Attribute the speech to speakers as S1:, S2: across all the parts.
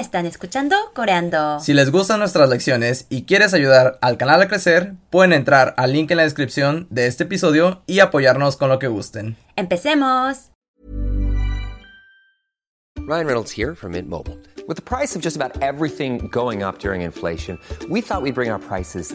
S1: están escuchando Coreando.
S2: Si les gustan nuestras lecciones y quieres ayudar al canal a crecer, pueden entrar al link en la descripción de este episodio y apoyarnos con lo que gusten.
S1: ¡Empecemos!
S3: Ryan Reynolds here from Mint Mobile. With the price of just about everything going up during inflation, we thought we'd bring our prices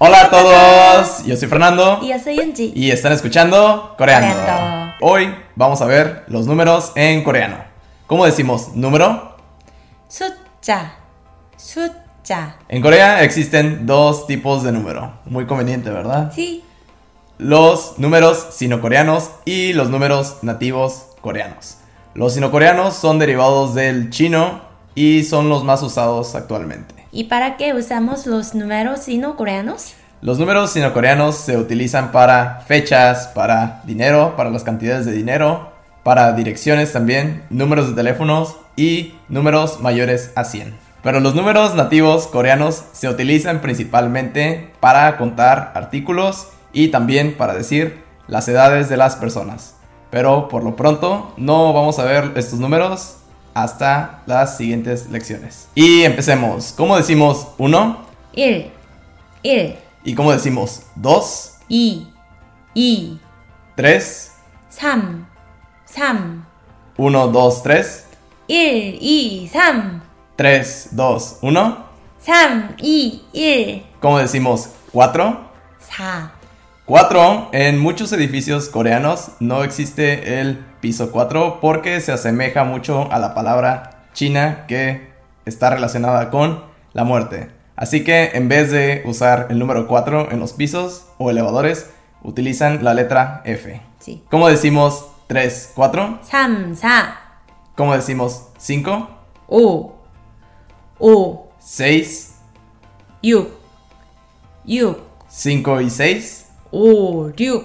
S2: Hola a todos, yo soy Fernando
S1: Y yo soy Yunji.
S2: y están escuchando Coreano.
S1: Coreando.
S2: Hoy vamos a ver los números en coreano. ¿Cómo decimos número?
S1: Sucha. Sucha.
S2: En Corea existen dos tipos de número. Muy conveniente, ¿verdad?
S1: Sí.
S2: los números sinocoreanos y los números nativos coreanos. Los sinocoreanos son derivados del chino y son los más usados actualmente.
S1: ¿Y para qué usamos los números sino-coreanos?
S2: Los números sinocoreanos se utilizan para fechas, para dinero, para las cantidades de dinero, para direcciones también, números de teléfonos y números mayores a 100. Pero los números nativos coreanos se utilizan principalmente para contar artículos y también para decir las edades de las personas. Pero por lo pronto no vamos a ver estos números hasta las siguientes lecciones. Y empecemos. ¿Cómo decimos uno?
S1: Il. Il.
S2: ¿Y cómo decimos dos?
S1: I. I.
S2: 3,
S1: Sam. Sam.
S2: 1, 2, 3,
S1: Il. I. Sam.
S2: 3, 2, 1.
S1: Sam. I. Il.
S2: ¿Cómo decimos 4?
S1: Sa.
S2: 4. En muchos edificios coreanos no existe el piso 4 porque se asemeja mucho a la palabra china que está relacionada con la muerte. Así que en vez de usar el número 4 en los pisos o elevadores, utilizan la letra F.
S1: Sí.
S2: ¿Cómo decimos 3, 4?
S1: Sam. Sa.
S2: ¿Cómo decimos 5,
S1: O. O.
S2: 6,
S1: Yu. Yu.
S2: 5 y 6?
S1: O. Ryu.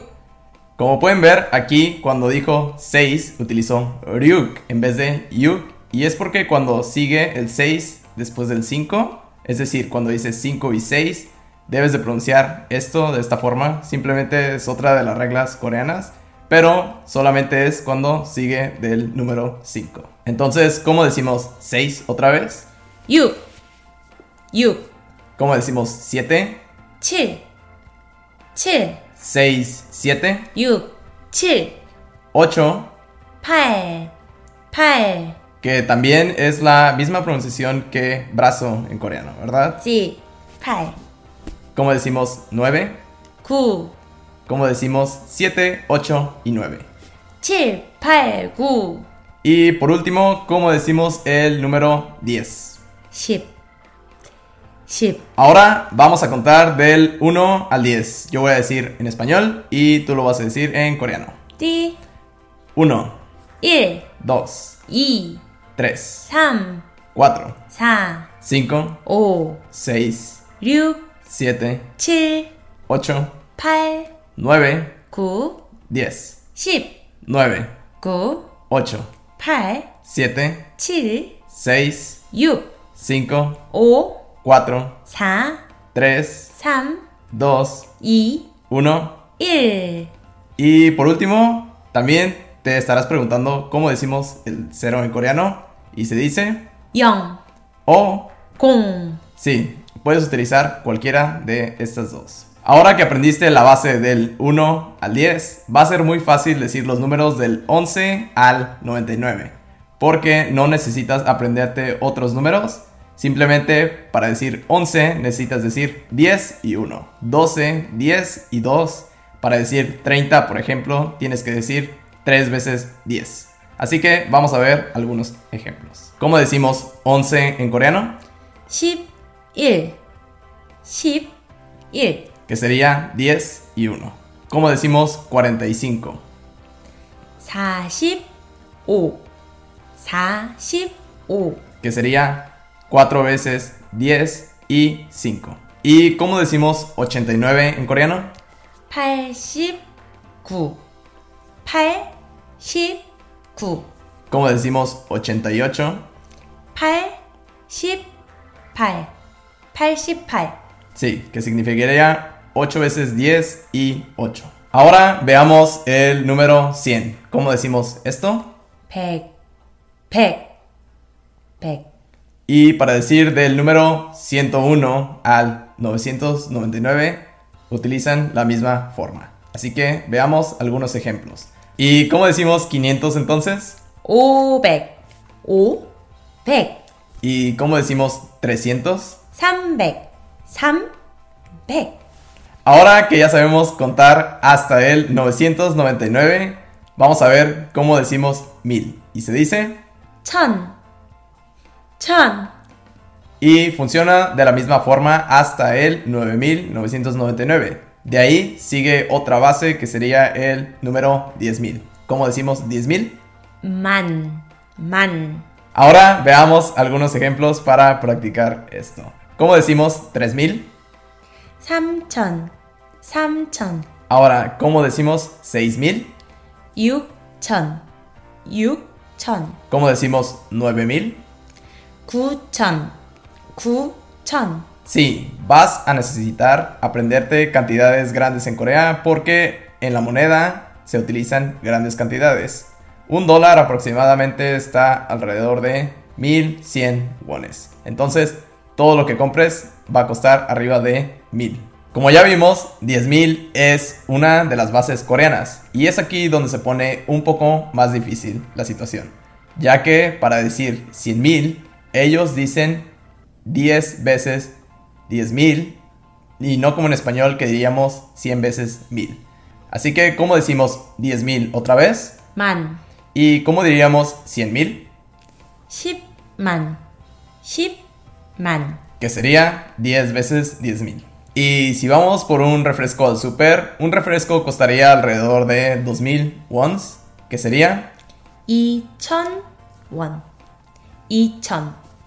S2: Como pueden ver, aquí cuando dijo 6 utilizó ryuk en vez de yuk. Y es porque cuando sigue el 6 después del 5, es decir, cuando dices 5 y 6, debes de pronunciar esto de esta forma. Simplemente es otra de las reglas coreanas, pero solamente es cuando sigue del número 5. Entonces, ¿cómo decimos 6 otra vez?
S1: Yu. Yu.
S2: ¿Cómo decimos 7?
S1: 7. 7.
S2: 6, 7,
S1: 6. 7.
S2: 8,
S1: 8. 8.
S2: Que también es la misma pronunciación que brazo en coreano, ¿verdad?
S1: Sí. 8.
S2: Como decimos 9,
S1: 9.
S2: como decimos 7, 8 y 9.
S1: 7. 8. 9.
S2: Y por último, como decimos el número 10.
S1: 10. 10.
S2: Ahora vamos a contar del 1 al 10. Yo voy a decir en español y tú lo vas a decir en coreano.
S1: D.
S2: 1,
S1: 1.
S2: 2,
S1: 2.
S2: 3,
S1: 3. 4.
S2: 4, 5,
S1: 5.
S2: 6,
S1: 6.
S2: 7,
S1: 7.
S2: 8,
S1: 8.
S2: 9,
S1: 9.
S2: 10.
S1: 10.
S2: 9,
S1: 9.
S2: 8,
S1: 8.
S2: 7,
S1: 7. 6.
S2: 6, 5,
S1: 5.
S2: 4,
S1: 4.
S2: 3,
S1: 3.
S2: 2,
S1: 2.
S2: 1.
S1: 1.
S2: Y por último, también te estarás preguntando cómo decimos el cero en coreano. Y se dice,
S1: 0.
S2: o,
S1: 공.
S2: sí, puedes utilizar cualquiera de estas dos. Ahora que aprendiste la base del 1 al 10, va a ser muy fácil decir los números del 11 al 99. Porque no necesitas aprenderte otros números. Simplemente para decir 11 necesitas decir 10 y 1. 12, 10 y 2. Para decir 30, por ejemplo, tienes que decir 3 veces 10. Así que vamos a ver algunos ejemplos. ¿Cómo decimos 11 en coreano?
S1: 11. 11.
S2: Que sería 10 y 1. ¿Cómo decimos 45?
S1: 45. 45.
S2: Que sería 4 veces 10 y 5. ¿Y cómo decimos 89 en coreano?
S1: 89 89
S2: ¿Cómo decimos 88?
S1: 88 88
S2: Sí, que significaría 8 veces 10 y 8. Ahora veamos el número 100. ¿Cómo decimos esto?
S1: 100 100 100
S2: Y para decir del número 101 al 999, utilizan la misma forma. Así que veamos algunos ejemplos. ¿Y cómo decimos 500 entonces?
S1: 500 500
S2: ¿Y cómo decimos 300?
S1: 300 300
S2: Ahora que ya sabemos contar hasta el 999, vamos a ver cómo decimos 1000. Y se dice,
S1: 1000 1000
S2: y funciona de la misma forma hasta el 9999. De ahí sigue otra base que sería el número 10000. ¿Cómo decimos 10000?
S1: man man
S2: Ahora veamos algunos ejemplos para practicar esto. ¿Cómo decimos 3000?
S1: 3000 3000
S2: Ahora, ¿cómo decimos 6000?
S1: 6000 6000
S2: ¿Cómo decimos 9000?
S1: 9000 9000
S2: Sí, vas a necesitar aprenderte cantidades grandes en Corea porque en la moneda se utilizan grandes cantidades. Un dólar aproximadamente está alrededor de 1100 wones. Entonces, todo lo que compres va a costar arriba de 1000. Como ya vimos, 10.000 es una de las bases coreanas y es aquí donde se pone un poco más difícil la situación, ya que para decir 100.000 ellos dicen 10 veces 10.000 y no como en español que diríamos 100 veces 1000. Así que, ¿cómo decimos 10.000 otra vez?
S1: 만
S2: ¿Y cómo diríamos 100.000?
S1: 10만 10만
S2: Que sería 10 veces 10.000. Y si vamos por un refresco al super, un refresco costaría alrededor de 2.000 wons, que sería...
S1: 2,000원 2,000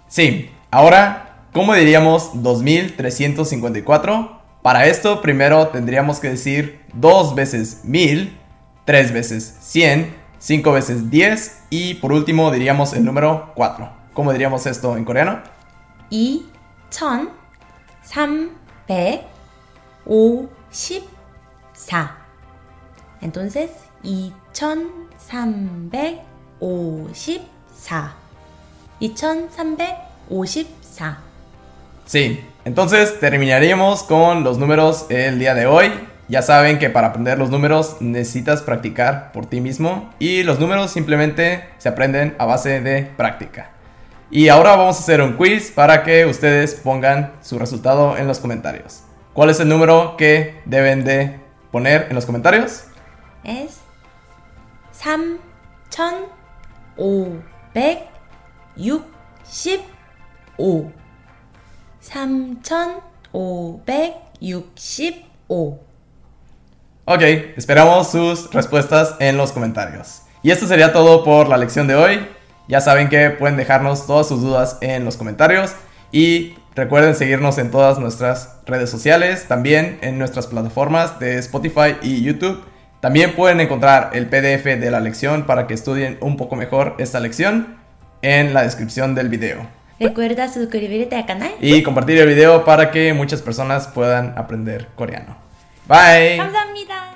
S2: Sí, ahora, ¿cómo diríamos 2.354? Para esto primero tendríamos que decir 2 veces 1.000, 3 veces 100, 5 veces 10 y por último diríamos el número 4. ¿Cómo diríamos esto en coreano?
S1: 2,354 Entonces 2,354 2,354
S2: Sí, entonces terminaríamos con los números el día de hoy. Ya saben que para aprender los números necesitas practicar por ti mismo y los números simplemente se aprenden a base de práctica. Y ahora vamos a hacer un quiz para que ustedes pongan su resultado en los comentarios. ¿Cuál es el número que deben de poner en los comentarios?
S1: es 3,565 3,565
S2: Ok, esperamos sus respuestas en los comentarios. Y esto sería todo por la lección de hoy. Ya saben que pueden dejarnos todas sus dudas en los comentarios y recuerden seguirnos en todas nuestras redes sociales, también en nuestras plataformas de Spotify y YouTube. También pueden encontrar el PDF de la lección para que estudien un poco mejor esta lección en la descripción del video.
S1: Recuerda suscribirte al canal.
S2: Y compartir el video para que muchas personas puedan aprender coreano.
S1: 네.
S2: Bye.
S1: 감사합니다.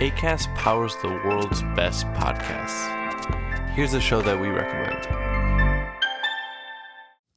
S4: ACAST powers the world's best podcasts. Here's a show that we recommend.